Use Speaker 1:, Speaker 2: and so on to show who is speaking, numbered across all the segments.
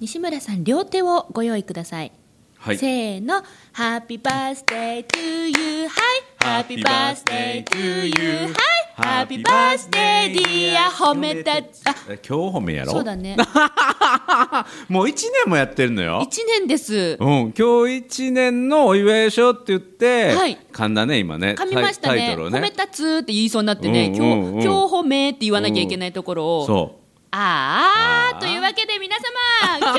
Speaker 1: 西村さん両手をご用意ください
Speaker 2: はい。
Speaker 1: せーの「Happy birthday to you はい Happy birthday to you はい Happy birthday dear 褒めたつ」あ
Speaker 2: え今日褒めやろ
Speaker 1: そうだ ね
Speaker 2: もう1年もやってるのよ。
Speaker 1: 一年です
Speaker 2: うん、今日1年のお祝いをしようって言って、
Speaker 1: はい
Speaker 2: 噛んだね、今ね。
Speaker 1: 噛みました
Speaker 2: タイタ
Speaker 1: ね
Speaker 2: イトルを
Speaker 1: 褒め
Speaker 2: ね。
Speaker 1: たつって言いそうになってね、
Speaker 2: うん
Speaker 1: 今
Speaker 2: う
Speaker 1: 日
Speaker 2: んう
Speaker 1: 今
Speaker 2: ん
Speaker 1: 日褒めって言わなきゃいけないところを、
Speaker 2: そ
Speaker 1: あー
Speaker 2: あー
Speaker 1: というわけで皆 様今日も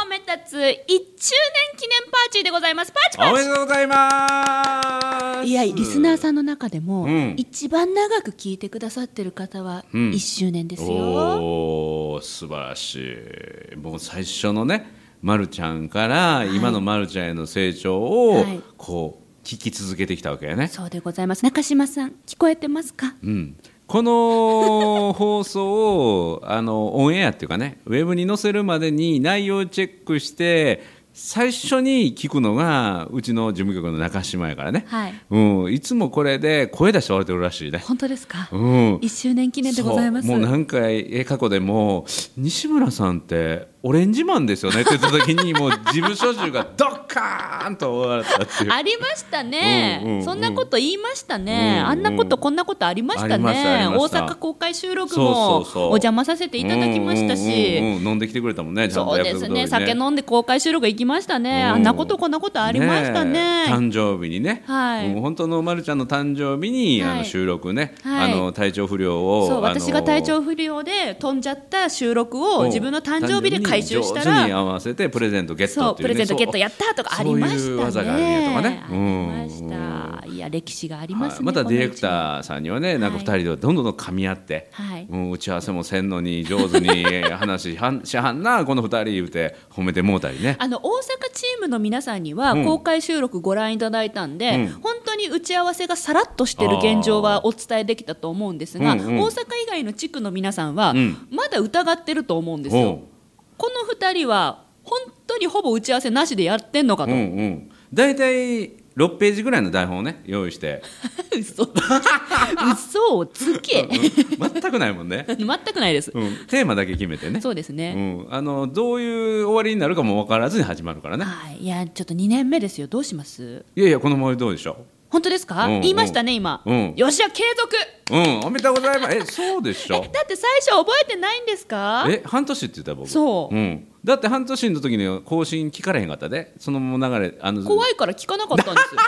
Speaker 1: 褒めたつ1周年記念パーティーでございますパチ
Speaker 2: う。お
Speaker 1: パ
Speaker 2: め
Speaker 1: チ
Speaker 2: でとうございます。
Speaker 1: いやリスナー
Speaker 2: ん。
Speaker 1: さんの中でも、
Speaker 2: うん
Speaker 1: 一番長く聞いてくださってる方は
Speaker 2: うん
Speaker 1: 1周年ですよ、
Speaker 2: おお、素晴らしい。もう最初のね、まるちゃんから、今のまるちゃんへの成長を、
Speaker 1: はい
Speaker 2: こう、聞き続けてきたわけやね。
Speaker 1: そうでございます中島さん聞こえてますか
Speaker 2: うん、この放送をあのオンエアっていうかねウェブに載せるまでに内容をチェックして最初に聞くのがうちの事務局の中島やからね、
Speaker 1: はい
Speaker 2: うん、いつもこれで声出して笑ってるらしいね。
Speaker 1: 本当ですか、
Speaker 2: うん
Speaker 1: 1周年記念でございます
Speaker 2: そうもう何回え過去でも西村さんってオレンジマンですよねって言った 時にもう事務所中がドッカーンと笑ったっていう
Speaker 1: ありましたね、
Speaker 2: うんうんうん
Speaker 1: そんなこと言いましたね、
Speaker 2: うんうん
Speaker 1: あんなことこんなことありました
Speaker 2: ありましたあ
Speaker 1: ね
Speaker 2: りました
Speaker 1: 大阪公開収録
Speaker 2: そ
Speaker 1: も
Speaker 2: うそうそう
Speaker 1: お邪魔させていただきましたし、
Speaker 2: うんうんうんうん飲んできてくれたもんねちゃんと
Speaker 1: そうで
Speaker 2: 約
Speaker 1: す
Speaker 2: 束通り
Speaker 1: ね酒飲んで公開収録行きましたね、
Speaker 2: うん
Speaker 1: あんなことこんなことありましたね
Speaker 2: え誕生日にね、
Speaker 1: はい
Speaker 2: もう本当のまるちゃんの誕生日に、
Speaker 1: はい
Speaker 2: あの収録ね、
Speaker 1: はい
Speaker 2: あの体調不良を
Speaker 1: そう
Speaker 2: あの
Speaker 1: 私が体調不良で飛んじゃった収録を自分の誕生日で回収した
Speaker 2: 誕生日に
Speaker 1: ら
Speaker 2: 合わせてプレゼントゲッ
Speaker 1: そ
Speaker 2: ト
Speaker 1: う
Speaker 2: って
Speaker 1: プ
Speaker 2: いう、ね、
Speaker 1: レゼントゲットやったとかありましたね
Speaker 2: そういう技があるんやとかねうん
Speaker 1: ありましたいや歴史があり
Speaker 2: は
Speaker 1: ま
Speaker 2: い
Speaker 1: すね、
Speaker 2: また
Speaker 1: こ
Speaker 2: デ
Speaker 1: の
Speaker 2: ィ
Speaker 1: 一
Speaker 2: レクターさんにはね、なんか
Speaker 1: はい
Speaker 2: 二人でどんどんどん噛み合って、
Speaker 1: はい
Speaker 2: うん打ち合わせもせんのに上手に話しはんしはんなこの二人言うて褒めてもうたりね
Speaker 1: あの大阪チームの皆さんには
Speaker 2: うん
Speaker 1: 公開収録ご覧いただいたんで、
Speaker 2: うん
Speaker 1: 本当に打ち合わせがさらっとしてる現状はお伝えできたと思うんですが、
Speaker 2: うんうん
Speaker 1: 大阪以外の地区の皆さんは、
Speaker 2: うん
Speaker 1: まだ疑ってると思うんです
Speaker 2: お
Speaker 1: よ
Speaker 2: う。
Speaker 1: この2人は本当にほぼ打ち合わせなしでやってんのか
Speaker 2: う
Speaker 1: と、
Speaker 2: んうん大体6ページぐらいの台本をね用 意して
Speaker 1: 嘘 嘘をつけ
Speaker 2: 全くないもんね、
Speaker 1: 全くないです、
Speaker 2: うん、テーマだけ決めてね
Speaker 1: そうですね、
Speaker 2: うん、あのどういう終わりになるかも分からずに始まるからね
Speaker 1: はい、いやちょっと2年目ですよどうします
Speaker 2: いやいやこのままどうでしょ
Speaker 1: 本当ですか、
Speaker 2: うんうん
Speaker 1: 言いましたね今、
Speaker 2: うん
Speaker 1: よっしゃ継続
Speaker 2: ううんおめでとうございますえそうでし
Speaker 1: え
Speaker 2: ょ
Speaker 1: だって最初覚えてないんですか
Speaker 2: え半年って言ってた僕
Speaker 1: そう
Speaker 2: うん、だって半年の時に更新聞かれへんかったでそのまま流れあの
Speaker 1: 怖いから聞かなかったん ですよ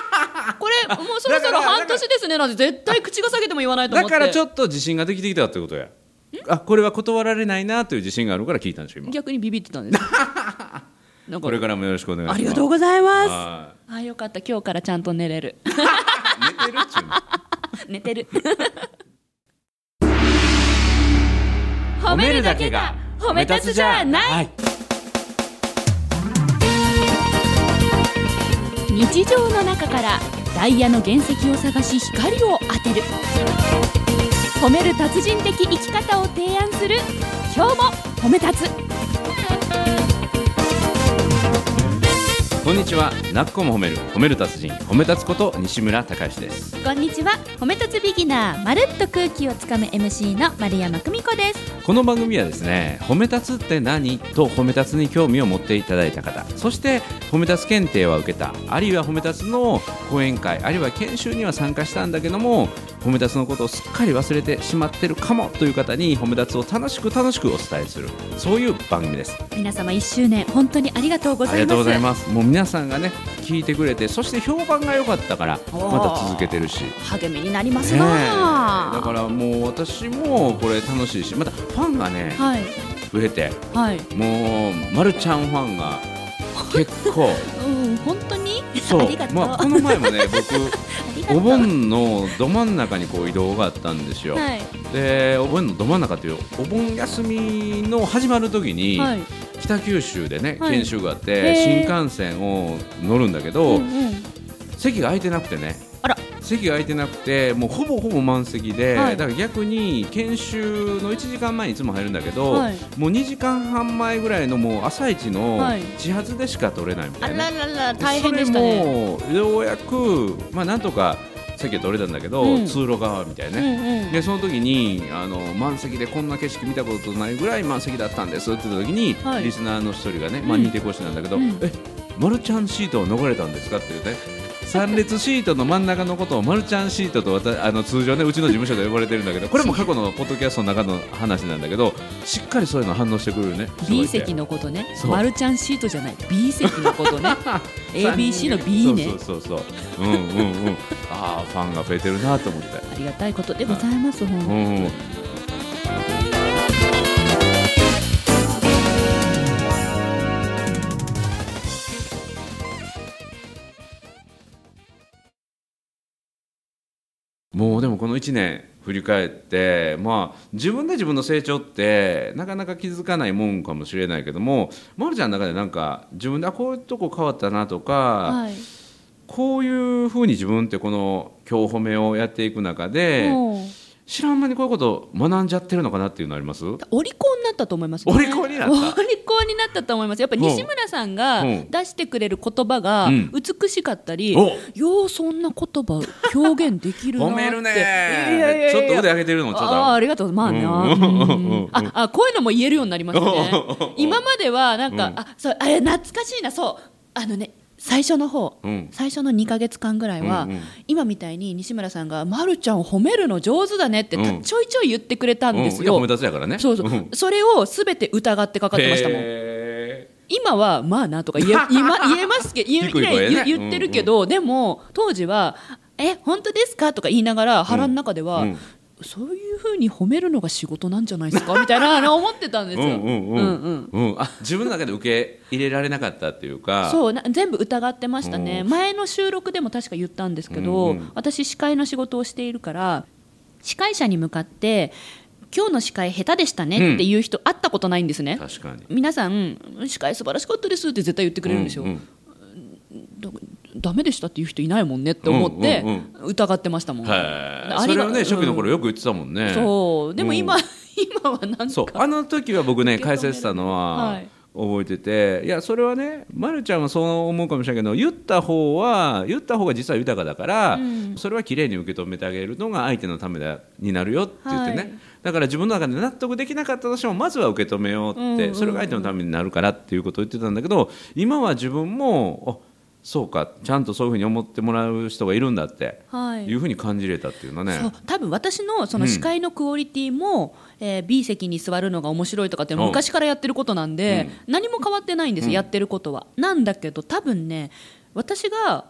Speaker 1: これもうそろそ
Speaker 2: だか
Speaker 1: ろ
Speaker 2: ら
Speaker 1: 半年ですねなんて絶対口が裂けても言わないと思
Speaker 2: だ
Speaker 1: って
Speaker 2: からちょっと自信ができてきたってことやあこれは断られないなという自信があるから聞いたんでしょ今
Speaker 1: 逆にビビってた んですなんか
Speaker 2: これからもよろしくお願いしま
Speaker 1: あ
Speaker 2: す
Speaker 1: りがとうございますあ
Speaker 2: は
Speaker 1: ーよかった今日からちゃんと寝れる
Speaker 2: い寝てるっちゅうの
Speaker 1: 寝てる
Speaker 2: 褒
Speaker 1: 褒めるだけが褒め立つじゃない、
Speaker 2: はい
Speaker 1: 日常の中からダイヤの原石を探し光を当てる褒める達人的生き方を提案する今日も褒め立つ
Speaker 2: こんにちはなっこも褒める褒める達人褒め立つこと西村隆之です
Speaker 1: こんにちは褒め立つビギナーまるっと空気をつかむ MC の丸山久美子です
Speaker 2: この番組はですね褒め立つって何と褒め立つに興味を持っていただいた方そして褒め立つ検定は受けたあるいは褒め立つの講演会あるいは研修には参加したんだけども褒め立つのことをすっかり忘れてしまってるかもという方に褒め立つを楽しく楽しくお伝えするそういう番組です
Speaker 1: 皆様1周年本当にありがとうご
Speaker 2: あ
Speaker 1: ざ
Speaker 2: り
Speaker 1: い
Speaker 2: がと
Speaker 1: ま
Speaker 2: うご
Speaker 1: す
Speaker 2: ざいますもう皆さんがね聞いてくれてそして評判が良かったから
Speaker 1: おー
Speaker 2: また続けてるし
Speaker 1: 励みになります
Speaker 2: ねえ
Speaker 1: なあ、
Speaker 2: だからもう私もこれ楽しいしまたファンがね
Speaker 1: はい
Speaker 2: 増えて
Speaker 1: はい
Speaker 2: もう、ま、るちゃんファンが結 構
Speaker 1: うん本当に
Speaker 2: そう
Speaker 1: ありがとう、
Speaker 2: まあ、
Speaker 1: あ
Speaker 2: この前 もね
Speaker 1: りがと
Speaker 2: 僕
Speaker 1: う
Speaker 2: お盆のど真ん中にこう移動があったんですよ、
Speaker 1: はい
Speaker 2: でお盆のど真ん中というお盆休みの始まる時に、
Speaker 1: はい
Speaker 2: 北九州でね
Speaker 1: はい
Speaker 2: 研修があって、
Speaker 1: へー
Speaker 2: 新幹線を乗るんだけ
Speaker 1: う
Speaker 2: ど、
Speaker 1: んうん
Speaker 2: 席が空いてなくてね
Speaker 1: あら
Speaker 2: 席が空いてなくてもうほぼほぼ満席で、
Speaker 1: はい
Speaker 2: だから逆に研修の1時間前にいつも入るんだけど、
Speaker 1: はい
Speaker 2: もう2時間半前ぐらいのもう朝一の
Speaker 1: はい
Speaker 2: 始発でしか取れないみた
Speaker 1: あ
Speaker 2: い
Speaker 1: ら
Speaker 2: な、
Speaker 1: らら大変でしたね
Speaker 2: それもようやく、まあ、なんとか席を取れたんだけど、
Speaker 1: うん
Speaker 2: 通路側みたいな
Speaker 1: う
Speaker 2: ね、
Speaker 1: んうん
Speaker 2: でその時にあの満席でこんな景色見たことないぐらい満席だったんですって言った時に、
Speaker 1: はい
Speaker 2: リスナーの一人がね、まあ、
Speaker 1: うん
Speaker 2: 認定講師なんだけど「
Speaker 1: うん
Speaker 2: えマルちゃんシートを逃れたんですか?」って言うね3列シートの真ん中のことをマルちゃんシートとわたあの通常ねうちの事務所で呼ばれてるんだけどこれも過去のポッドキャストの中の話なんだけどしっかりそういうの反応してくれるね
Speaker 1: B 席
Speaker 2: の
Speaker 1: のことね
Speaker 2: そう
Speaker 1: マルちゃんシートじゃない B 席のこと ね ABC の B ね
Speaker 2: そうそうそうそううんうんうんああファンが増えてるなと思って
Speaker 1: ありがたいことでございます本当
Speaker 2: う
Speaker 1: に
Speaker 2: んうんもうでもこの1年振り返って、まあ、自分で自分の成長ってなかなか気づかないもんかもしれないけども、ま、るちゃんの中でなんか自分であこういうとこ変わったなとか、
Speaker 1: はい
Speaker 2: こういうふうに自分ってこの今日褒めをやっていく中で
Speaker 1: もう
Speaker 2: 知らん間にこういうこと学んじゃってるのかなっていうのありますう
Speaker 1: オリコンになったと思います、ね、
Speaker 2: オリコンになった
Speaker 1: オリコンになったと思いますやっぱり西村さんが
Speaker 2: うん
Speaker 1: 出してくれる言葉が
Speaker 2: うん
Speaker 1: 美しかったり、
Speaker 2: お
Speaker 1: ようそんな言葉表現できるなって
Speaker 2: 褒めるね
Speaker 1: いやいやいやいや
Speaker 2: ちょっと腕上げてるのちょっと
Speaker 1: あーありがとうまあな、
Speaker 2: うん
Speaker 1: うん
Speaker 2: うん
Speaker 1: ああこういうのも言えるようになりました ね今まではなんか、
Speaker 2: うん
Speaker 1: あそうあれ懐かしいなそうあのね最初の方、
Speaker 2: うん
Speaker 1: 最初の2か月間ぐらいは、
Speaker 2: うんうん
Speaker 1: 今みたいに西村さんが「まるちゃんを褒めるの上手だね」ってた
Speaker 2: うん
Speaker 1: ちょいちょい言ってくれたん
Speaker 2: ん、
Speaker 1: で
Speaker 2: い
Speaker 1: す
Speaker 2: や
Speaker 1: よ、
Speaker 2: 褒め立つやからね
Speaker 1: そうそう、
Speaker 2: ん
Speaker 1: それをすべて疑ってかかってましたもん
Speaker 2: へ
Speaker 1: 今はまあなとか言 え言えま言えますけど言え
Speaker 2: 低い声ね
Speaker 1: 言え言ってるけど、でも当時は「え本当ですか?」とか言いながら腹の中では、
Speaker 2: うん
Speaker 1: そういうふうに褒めるのが仕事なんじゃない ですかみたいなあの思ってたんで
Speaker 2: ー
Speaker 1: すよ。
Speaker 2: うんうんうん
Speaker 1: うんうん
Speaker 2: うんあ自分の中で受け入れられなかったっていうか
Speaker 1: そうな全部疑ってましたね、
Speaker 2: う
Speaker 1: 前の収録でも確か言ったんですけど、
Speaker 2: うんうん
Speaker 1: 私司会の仕事をしているから司会者に向かって今日の司会下手でしたねっていう人、会ったことないんですね
Speaker 2: 確かに
Speaker 1: 皆さん司会素晴らしかったですって絶対言ってくれるんですよ、
Speaker 2: ううん
Speaker 1: だダメでしたっていう人いないもんねって思って
Speaker 2: うんうん
Speaker 1: 疑ってましたもん、
Speaker 2: はい
Speaker 1: あ
Speaker 2: そ
Speaker 1: り
Speaker 2: れ
Speaker 1: が
Speaker 2: はね初期の頃
Speaker 1: うん
Speaker 2: よく言ってたもんね、
Speaker 1: そうでも今、
Speaker 2: うん
Speaker 1: 今はなん
Speaker 2: そう
Speaker 1: か
Speaker 2: あの時は僕ね
Speaker 1: 受け止め
Speaker 2: 解
Speaker 1: る
Speaker 2: 説したのは
Speaker 1: はい
Speaker 2: 覚えてて、い、やそれはね、ま、るちゃんはそう思うかもしれないけど言った方は言った方が実は豊かだから、
Speaker 1: うん
Speaker 2: それは綺麗に受け止めてあげるのが相手のためだになるよって言ってね、
Speaker 1: はい
Speaker 2: だから自分の中で納得できなかったとしてもまずは受け止めようって、
Speaker 1: うんうんうん
Speaker 2: それが相手のためになるからっていうことを言ってたんだけど今は自分もあそうかちゃんとそういうふうに思ってもらう人がいるんだって。
Speaker 1: はい
Speaker 2: いうふうに感じれたっていうのね。
Speaker 1: そう多分私のその司会のクオリティも、えー B 席に座るのが面白いとかっていうのは
Speaker 2: うん
Speaker 1: 昔からやってることなんで、何も変わってないんです、やってることは。なんだけど多分ね私が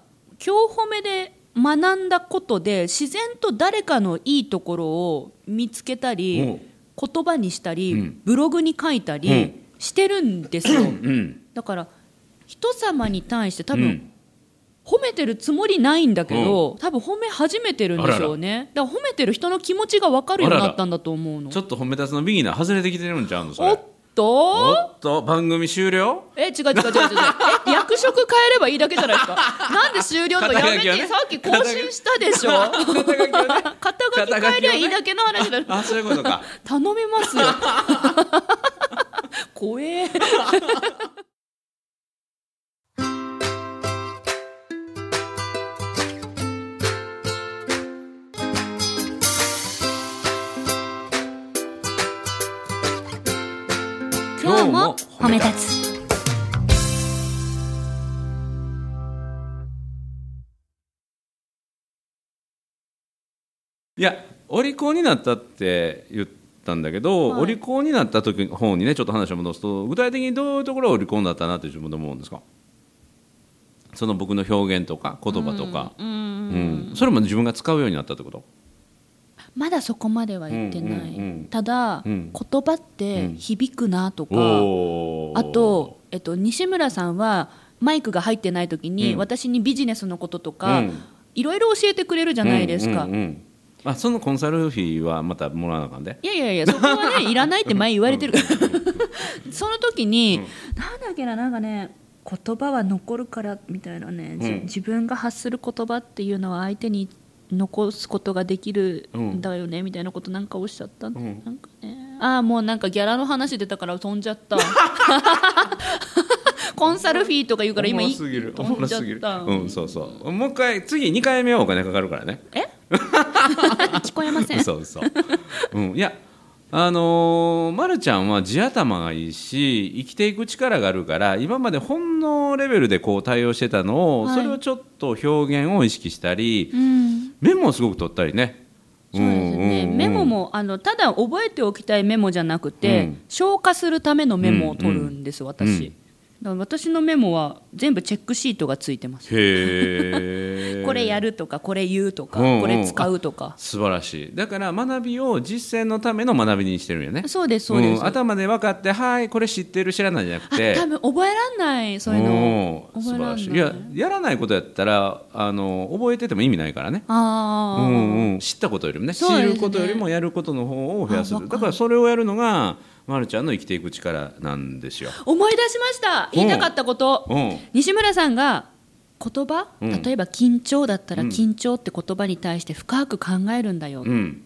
Speaker 1: 今日褒めで学んだことで自然と誰かのいいところを見つけた
Speaker 2: う
Speaker 1: り
Speaker 2: ん
Speaker 1: 言葉にしたり、
Speaker 2: うん
Speaker 1: ブログに書いた
Speaker 2: う
Speaker 1: り
Speaker 2: ん
Speaker 1: してるんですよ。
Speaker 2: うん、
Speaker 1: だから人様に対して多
Speaker 2: う
Speaker 1: 分
Speaker 2: ん
Speaker 1: 褒めてるつもりないんだけど、多分褒め始めてるんでしょうねだから褒めてる人の気持ちが分かるようになったんだと思うの
Speaker 2: ちょっと褒めたつのビギナー外れてきてるんちゃうのそ
Speaker 1: お
Speaker 2: れ
Speaker 1: っと
Speaker 2: おっと番組終了
Speaker 1: え違う違う違う違うえ役職変えればいいだけじゃない ですかなんで終了とやめ
Speaker 2: 肩
Speaker 1: て、
Speaker 2: 書きをね
Speaker 1: さっき更新したで しょ肩書き,、変えりゃいいだけの話だ、
Speaker 2: あそういうことか
Speaker 1: 頼みますよ 怖え今日も褒め立つ
Speaker 2: いやお利口になったって言ったんだけど、
Speaker 1: はい
Speaker 2: お利口になった時の方にねちょっと話を戻すと具体的にどういうところがお利口になったなって自分で思うんですかその僕の表現とか言葉とか、
Speaker 1: うんうん
Speaker 2: うんそれも自分が使うようになったってこと
Speaker 1: まだそこまでは言ってない、
Speaker 2: うんうんうん
Speaker 1: ただ、
Speaker 2: うん
Speaker 1: 言葉って響くなとか、
Speaker 2: おー
Speaker 1: あと、えっと、西村さんはマイクが入ってない時に、
Speaker 2: うん
Speaker 1: 私にビジネスのことと
Speaker 2: う
Speaker 1: か
Speaker 2: ん
Speaker 1: いろいろ教えてくれるじゃないですか、
Speaker 2: うんうんうんあそのコンサル費はまたもらわなあかんで
Speaker 1: いやいやいやそこはねいらないって前言われてるその時に、なんだっけななんかね言葉は残るからみたいなね、じ
Speaker 2: うん
Speaker 1: 自分が発する言葉っていうのは相手に残すことができるんだよね、みたいなことなんかおっしゃった、
Speaker 2: ん
Speaker 1: なん かねああもうなんかギャラの話出たから飛んじゃった言コンサルフィーとか言うから今
Speaker 2: おもろ
Speaker 1: い
Speaker 2: すぎるお
Speaker 1: 飛
Speaker 2: も
Speaker 1: ん
Speaker 2: ろ
Speaker 1: じゃっ
Speaker 2: すぎる
Speaker 1: た
Speaker 2: うんそうそうもう一回次2回目はお金かかるからね
Speaker 1: え聞こえません
Speaker 2: 嘘嘘うんいやあのーま、るちゃんは地頭がいいし生きていく力があるから今までほんのレベルでこう対応してたのを、
Speaker 1: はい
Speaker 2: それをちょっと表現を意識したり
Speaker 1: うん
Speaker 2: メモをすごく取ったりね
Speaker 1: そうですね、
Speaker 2: んうんうん
Speaker 1: メモもあのただ覚えておきたいメモじゃなくて、
Speaker 2: うん
Speaker 1: 消化するためのメモを取るんです、私、
Speaker 2: うん
Speaker 1: だから私のメモは全部チェックシートがついてます
Speaker 2: へえ
Speaker 1: これやるとかこれ言うとか、
Speaker 2: うんうん
Speaker 1: これ使うとか
Speaker 2: 素晴らしいだから学びを実践のための学びにしてるんよね
Speaker 1: そうですそうです、
Speaker 2: ん頭で分かってはいこれ知ってる知らないじゃなく
Speaker 1: あ
Speaker 2: て
Speaker 1: 多分覚えらんないそういうの
Speaker 2: うん素
Speaker 1: 覚え
Speaker 2: 晴
Speaker 1: らん
Speaker 2: ら
Speaker 1: ない
Speaker 2: しいいややらないことやったらあの覚えてても意味ないからね
Speaker 1: ああ、
Speaker 2: うんうん、知ったことよりもね
Speaker 1: そうです
Speaker 2: 知
Speaker 1: ね
Speaker 2: ることよりもやることの方を増やす
Speaker 1: あわかる
Speaker 2: だからそれをやるのが、ま、るちゃんの生きていく力なんですよ。
Speaker 1: 思い出しました言いたかったこと、
Speaker 2: うん
Speaker 1: 西村さんが言葉、
Speaker 2: うん
Speaker 1: 例えば緊張だったら
Speaker 2: うん
Speaker 1: 緊張って言葉に対して深く考えるんだよ、
Speaker 2: うん、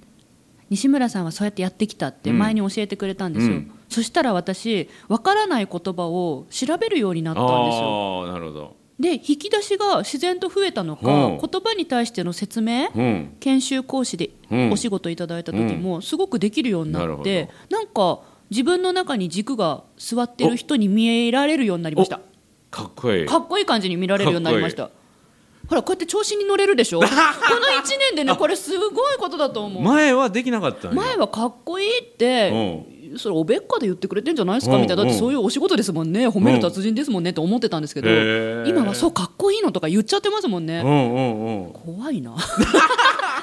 Speaker 1: 西村さんはそうやってやってきたって
Speaker 2: うん
Speaker 1: 前に教えてくれたんですよ、
Speaker 2: うん
Speaker 1: そしたら私わからない言葉を調べるようにな
Speaker 2: あ
Speaker 1: っ
Speaker 2: あ
Speaker 1: たんですよ
Speaker 2: ーなるほど、
Speaker 1: で引き出しが自然と増えたのか
Speaker 2: うん
Speaker 1: 言葉に対しての説明
Speaker 2: うん、
Speaker 1: 研修講師で
Speaker 2: うん
Speaker 1: お仕事いただいた時もすごくできるようになって
Speaker 2: なる
Speaker 1: なんか自分の中に軸が座ってる人に見えられるようになりました
Speaker 2: かっこいい
Speaker 1: かっこいい感じに見られるようになりましたほらこうやって調子に乗れる でしょこの1年でねこれすごいことだと思う
Speaker 2: 前はできなかったんや
Speaker 1: 前はかっこいいってそれおべっかで言ってくれてんじゃないですか
Speaker 2: うん
Speaker 1: みたいなだって
Speaker 2: うん
Speaker 1: そういうお仕事ですもんね褒める達人ですもんねって思ってたんですけど
Speaker 2: へー
Speaker 1: 今はそうかっこいいのとか言っちゃってますもん
Speaker 2: う
Speaker 1: ね
Speaker 2: んうんうんうん
Speaker 1: 怖いな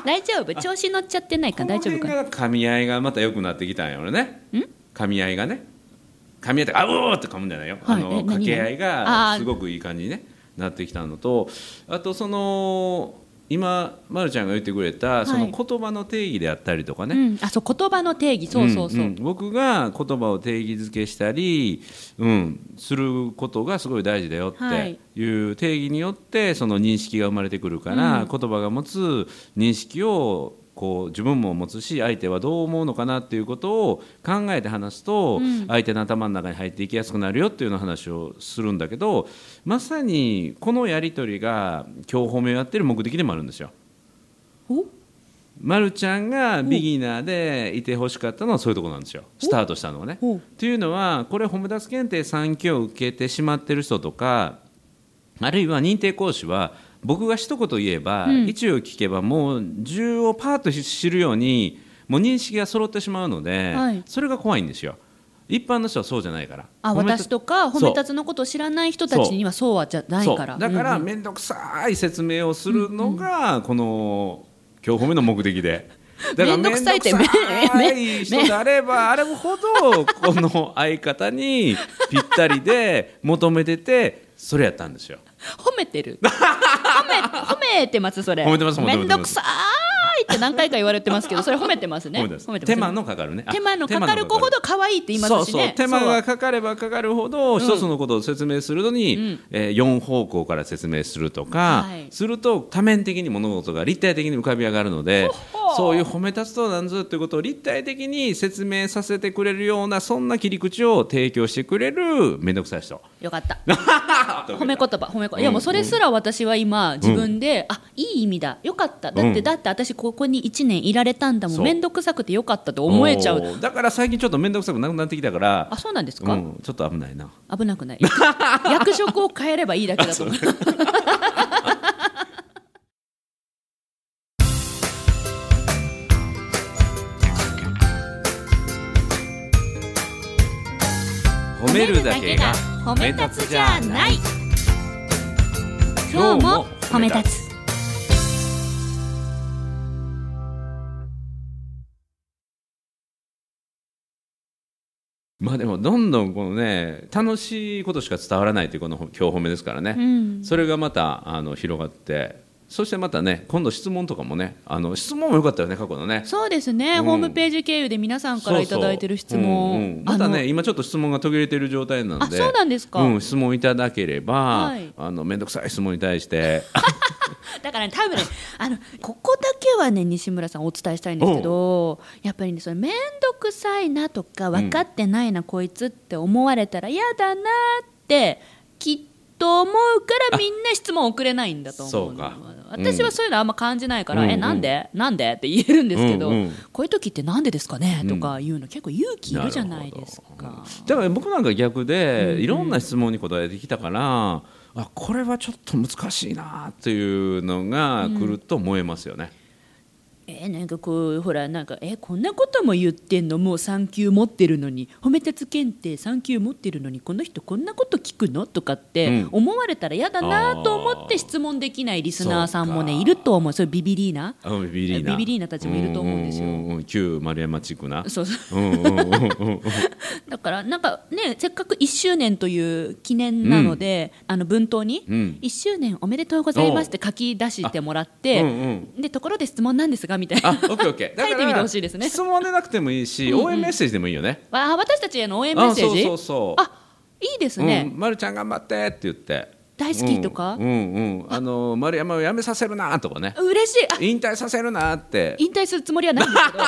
Speaker 1: 大丈夫調子乗っちゃってないから大丈夫
Speaker 2: こ
Speaker 1: かな
Speaker 2: の辺が噛み合いがまた良くなってきたんやろね噛み合いがね噛み合いってあうおーって噛むんじゃないよ、
Speaker 1: はい
Speaker 2: あ
Speaker 1: え
Speaker 2: の
Speaker 1: 何
Speaker 2: 掛け合い
Speaker 1: あ
Speaker 2: が
Speaker 1: ー
Speaker 2: すごくいい感じに、ね、なってきたのとあとその今、ま、るちゃんが言ってくれたその言葉の定義であったりとかね、
Speaker 1: うん、あそう言葉の定義そうそうそう、
Speaker 2: んん僕が言葉を定義づけしたり、うん、することがすごい大事だよ
Speaker 1: は
Speaker 2: っ
Speaker 1: い
Speaker 2: ていう定義によってその認識が生まれてくるから、言葉が持つ認識をこう自分も持つし相手はどう思うのかなっていうことを考えて話すと、
Speaker 1: うん
Speaker 2: 相手の頭の中に入っていきやすくなるよっていうような話をするんだけどまさにこのやり取りが今日褒めをやってる目的でもあるんですよ。
Speaker 1: お
Speaker 2: ま、るちゃんがビギナーでいてほしかったのはそういうところなんですよスタートしたのはね。
Speaker 1: お
Speaker 2: というのはこれ褒め出す検定3級を受けてしまってる人とかあるいは認定講師は僕が一言言えば、
Speaker 1: うん
Speaker 2: 一応聞けばもう10をパーッと知るようにもう認識が揃ってしまうので、
Speaker 1: はい
Speaker 2: それが怖いんですよ一般の人はそうじゃないから
Speaker 1: あ
Speaker 2: 褒めた
Speaker 1: 私とか褒めたつのことを知らない人たちにはそうはじゃないから
Speaker 2: そうだから
Speaker 1: うんうん
Speaker 2: 面倒くさい説明をするのがこの今日褒めの目的で。 だから
Speaker 1: 面倒くさいって
Speaker 2: 面倒くさい人であればあれほどこの相方にぴったりで求めて てそれやったんですよ。
Speaker 1: 褒めてる褒め褒めてますそれ
Speaker 2: 褒めてます褒めてます
Speaker 1: 面倒くさーいって何回か言われてますけどそれ褒めてますね
Speaker 2: 褒めてます
Speaker 1: 褒めてます
Speaker 2: 手間のかかるね。あ
Speaker 1: 手間のかかる子ほど可愛いって言いますし
Speaker 2: そ
Speaker 1: ね
Speaker 2: うそう手間がかかればかかるほど一つのことを説明するのに、
Speaker 1: うん
Speaker 2: えー4方向から説明するとか、
Speaker 1: はい
Speaker 2: すると多面的に物事が立体的に浮かび上がるので
Speaker 1: ほほ
Speaker 2: そういう褒め立つとなんぞということを立体的に説明させてくれるようなそんな切り口を提供してくれる面倒くさい人。
Speaker 1: よかった
Speaker 2: 褒
Speaker 1: 褒め言葉褒め言葉、
Speaker 2: うん
Speaker 1: いやもうそれすら私は今自分で、あいい意味だよかっただって、
Speaker 2: うん
Speaker 1: だって私ここに1年いられたんだもん
Speaker 2: そう
Speaker 1: 面倒くさくてよかったと思えちゃう
Speaker 2: だから最近ちょっと面倒くさくなくなってきたから
Speaker 1: あそうなんですか、
Speaker 2: うん、ちょっと危ないな。
Speaker 1: 危なくない 役職を変えればいいだ けだと思う
Speaker 2: 褒めるだけが
Speaker 1: 褒
Speaker 2: め立つじゃない
Speaker 1: 今日も褒め立つ
Speaker 2: まあでもどんどんこのね楽しいことしか伝わらないというこの今日褒めですからね、
Speaker 1: うん
Speaker 2: それがまたあの広がってそしてまたね今度質問とかもねあの質問も良かったよね過去のね
Speaker 1: そうですね、
Speaker 2: うん
Speaker 1: ホームページ経由で皆さんから頂いただいてる質
Speaker 2: そうそううんう
Speaker 1: 問
Speaker 2: んまたね
Speaker 1: あの
Speaker 2: 今ちょっと質問が途切れてる状態なの
Speaker 1: あ
Speaker 2: で
Speaker 1: そうなんですか、
Speaker 2: うん、質問いただければ、
Speaker 1: はい
Speaker 2: あの面倒くさい質問に対して
Speaker 1: だから、ね、多分 ねあのここだけはね西村さんお伝えしたいんですけどやっぱりねそれ面倒くさいなとか分かってないな、こいつって思われたら嫌だなってきっと思うからみんな質問送れないんだと思う
Speaker 2: そうか
Speaker 1: 私はそういうのあんま感じないから、
Speaker 2: うん
Speaker 1: えなんでなんでって言えるんですけど、
Speaker 2: うんうん
Speaker 1: こういう時ってなんでですかねとか言うの結構勇気いるじゃないです
Speaker 2: なるほ
Speaker 1: か
Speaker 2: ど。だから僕なんか逆で、いろんな質問に答えてきたからあこれはちょっと難しいなっていうのが来ると燃えますよね。
Speaker 1: えなんかこうほらなんかえこんなことも言ってんのもう産休持ってるのに褒め立つ検定産休持ってるのにこの人こんなこと聞くのとかっ
Speaker 2: う
Speaker 1: て
Speaker 2: ん
Speaker 1: 思われたら嫌だ
Speaker 2: あ
Speaker 1: な
Speaker 2: ー
Speaker 1: と思って質問できないリスナーさんもね
Speaker 2: そうか
Speaker 1: いると思うそういうビビリーな
Speaker 2: あビビリーナ
Speaker 1: ビビリーナたちもいると思うんですよ
Speaker 2: んうんうん旧丸山地区な。
Speaker 1: そうそう
Speaker 2: うんうんうんうん
Speaker 1: だからなんかねせっかく1周年という記念なので、あの文頭に、
Speaker 2: うん
Speaker 1: 1周年おめでとうございますって書き出してもらって、
Speaker 2: あうん
Speaker 1: でところで質問なんですがみたい
Speaker 2: あ
Speaker 1: な
Speaker 2: オッケーオッケー。だから
Speaker 1: 書いてみてほしいですね
Speaker 2: 質問でなくてもいいし、応援メッセージでもいいよね。
Speaker 1: わあ私たちへの応援メッセージ
Speaker 2: あそうそうそう。
Speaker 1: あいいですね、
Speaker 2: うん、まるちゃん頑張ってって言って。
Speaker 1: 大好きとか
Speaker 2: うんうん、うん、あの丸山を辞めさせるなとかね。
Speaker 1: 嬉しいあ
Speaker 2: 引退させるなって。
Speaker 1: 引退するつもりはないんですけど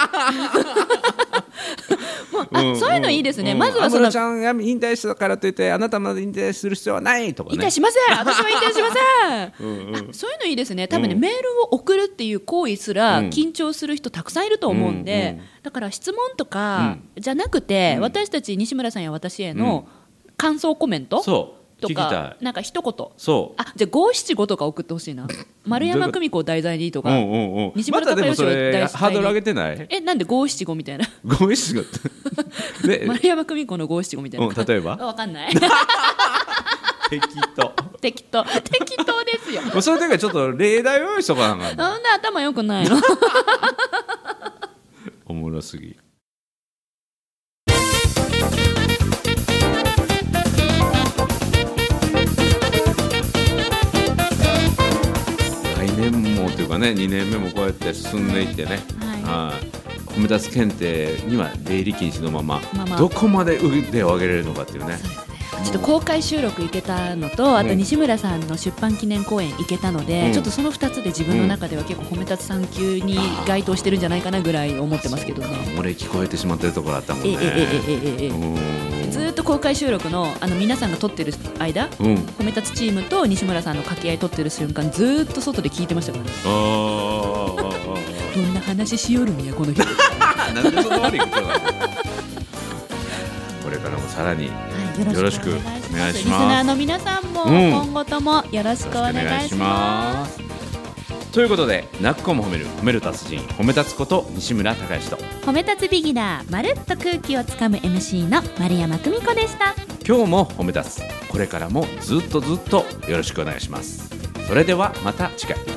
Speaker 1: もうあ、
Speaker 2: ん
Speaker 1: そういうのいいですね、
Speaker 2: うん
Speaker 1: まずはその
Speaker 2: 安室ちゃんが引退したからといってあなたまで引退する必要はないとか
Speaker 1: 引
Speaker 2: ね
Speaker 1: 退しません、私は引退しません、あそういうのいいですね、多分ね、メールを送るっていう行為すら
Speaker 2: うん
Speaker 1: 緊張する人、たくさんいると思うんで、
Speaker 2: うん
Speaker 1: だから質問とかじゃなくて、私たち、西村さんや私への感想コメント、
Speaker 2: そう聞
Speaker 1: と
Speaker 2: きた
Speaker 1: か、
Speaker 2: い
Speaker 1: なんか一言、
Speaker 2: そう
Speaker 1: あじゃあ、五七五とか送ってほしいな、丸山久美子を題材にとか、
Speaker 2: うんうんうん
Speaker 1: 西
Speaker 2: ま
Speaker 1: 村
Speaker 2: たで
Speaker 1: 孝
Speaker 2: も
Speaker 1: 之
Speaker 2: そ
Speaker 1: を
Speaker 2: れ
Speaker 1: 大
Speaker 2: ハードル上げ
Speaker 1: 好
Speaker 2: てない
Speaker 1: えなんで五七五みたいな。
Speaker 2: ごめんすごいで
Speaker 1: 丸山久美子の五七五みたいな、
Speaker 2: うん例えば
Speaker 1: わかんない
Speaker 2: 適当
Speaker 1: 適当適当ですよ
Speaker 2: もうそういう時はちょっと例題用意しとかなあかんな
Speaker 1: そんな頭良くない の
Speaker 2: おもろすぎ来年もというかね2年目もこうやって進んでいってね、
Speaker 1: は
Speaker 2: はい褒め立つ検定には出入り禁止のまま
Speaker 1: まま
Speaker 2: どこまで腕を上げれるのかっていうね
Speaker 1: ちょっと公開収録行けたのとあと西村さんの出版記念公演行けたので、
Speaker 2: うん
Speaker 1: ちょっとその2つで自分の中では結構褒め立つ産休に該当してるんじゃないかなぐらい思ってますけどね。
Speaker 2: 漏れ聞こえてしまってるところあったもん
Speaker 1: ええ
Speaker 2: ね
Speaker 1: ええええええ
Speaker 2: うん
Speaker 1: ずーっと公開収録のあの皆さんが撮ってる間
Speaker 2: うん
Speaker 1: 褒め立つチームと西村さんの掛け合い撮ってる瞬間ずーっと外で聞いてましたからね
Speaker 2: あーあーあーあー
Speaker 1: どんな話しよるんやこの人、はい、
Speaker 2: なんでその悪いことなの これからもさらによろしくお願いします
Speaker 1: リスナーの皆さんも
Speaker 2: うん
Speaker 1: 今後ともよろしくお願いします
Speaker 2: ということで泣く子も褒める褒める達人褒め立つこと西村孝之と
Speaker 1: 褒め立つビギナーまるっと空気をつかむ MC の丸山久美子でした
Speaker 2: 今日も褒め立つこれからもずっとずっとよろしくお願いしますそれではまた次回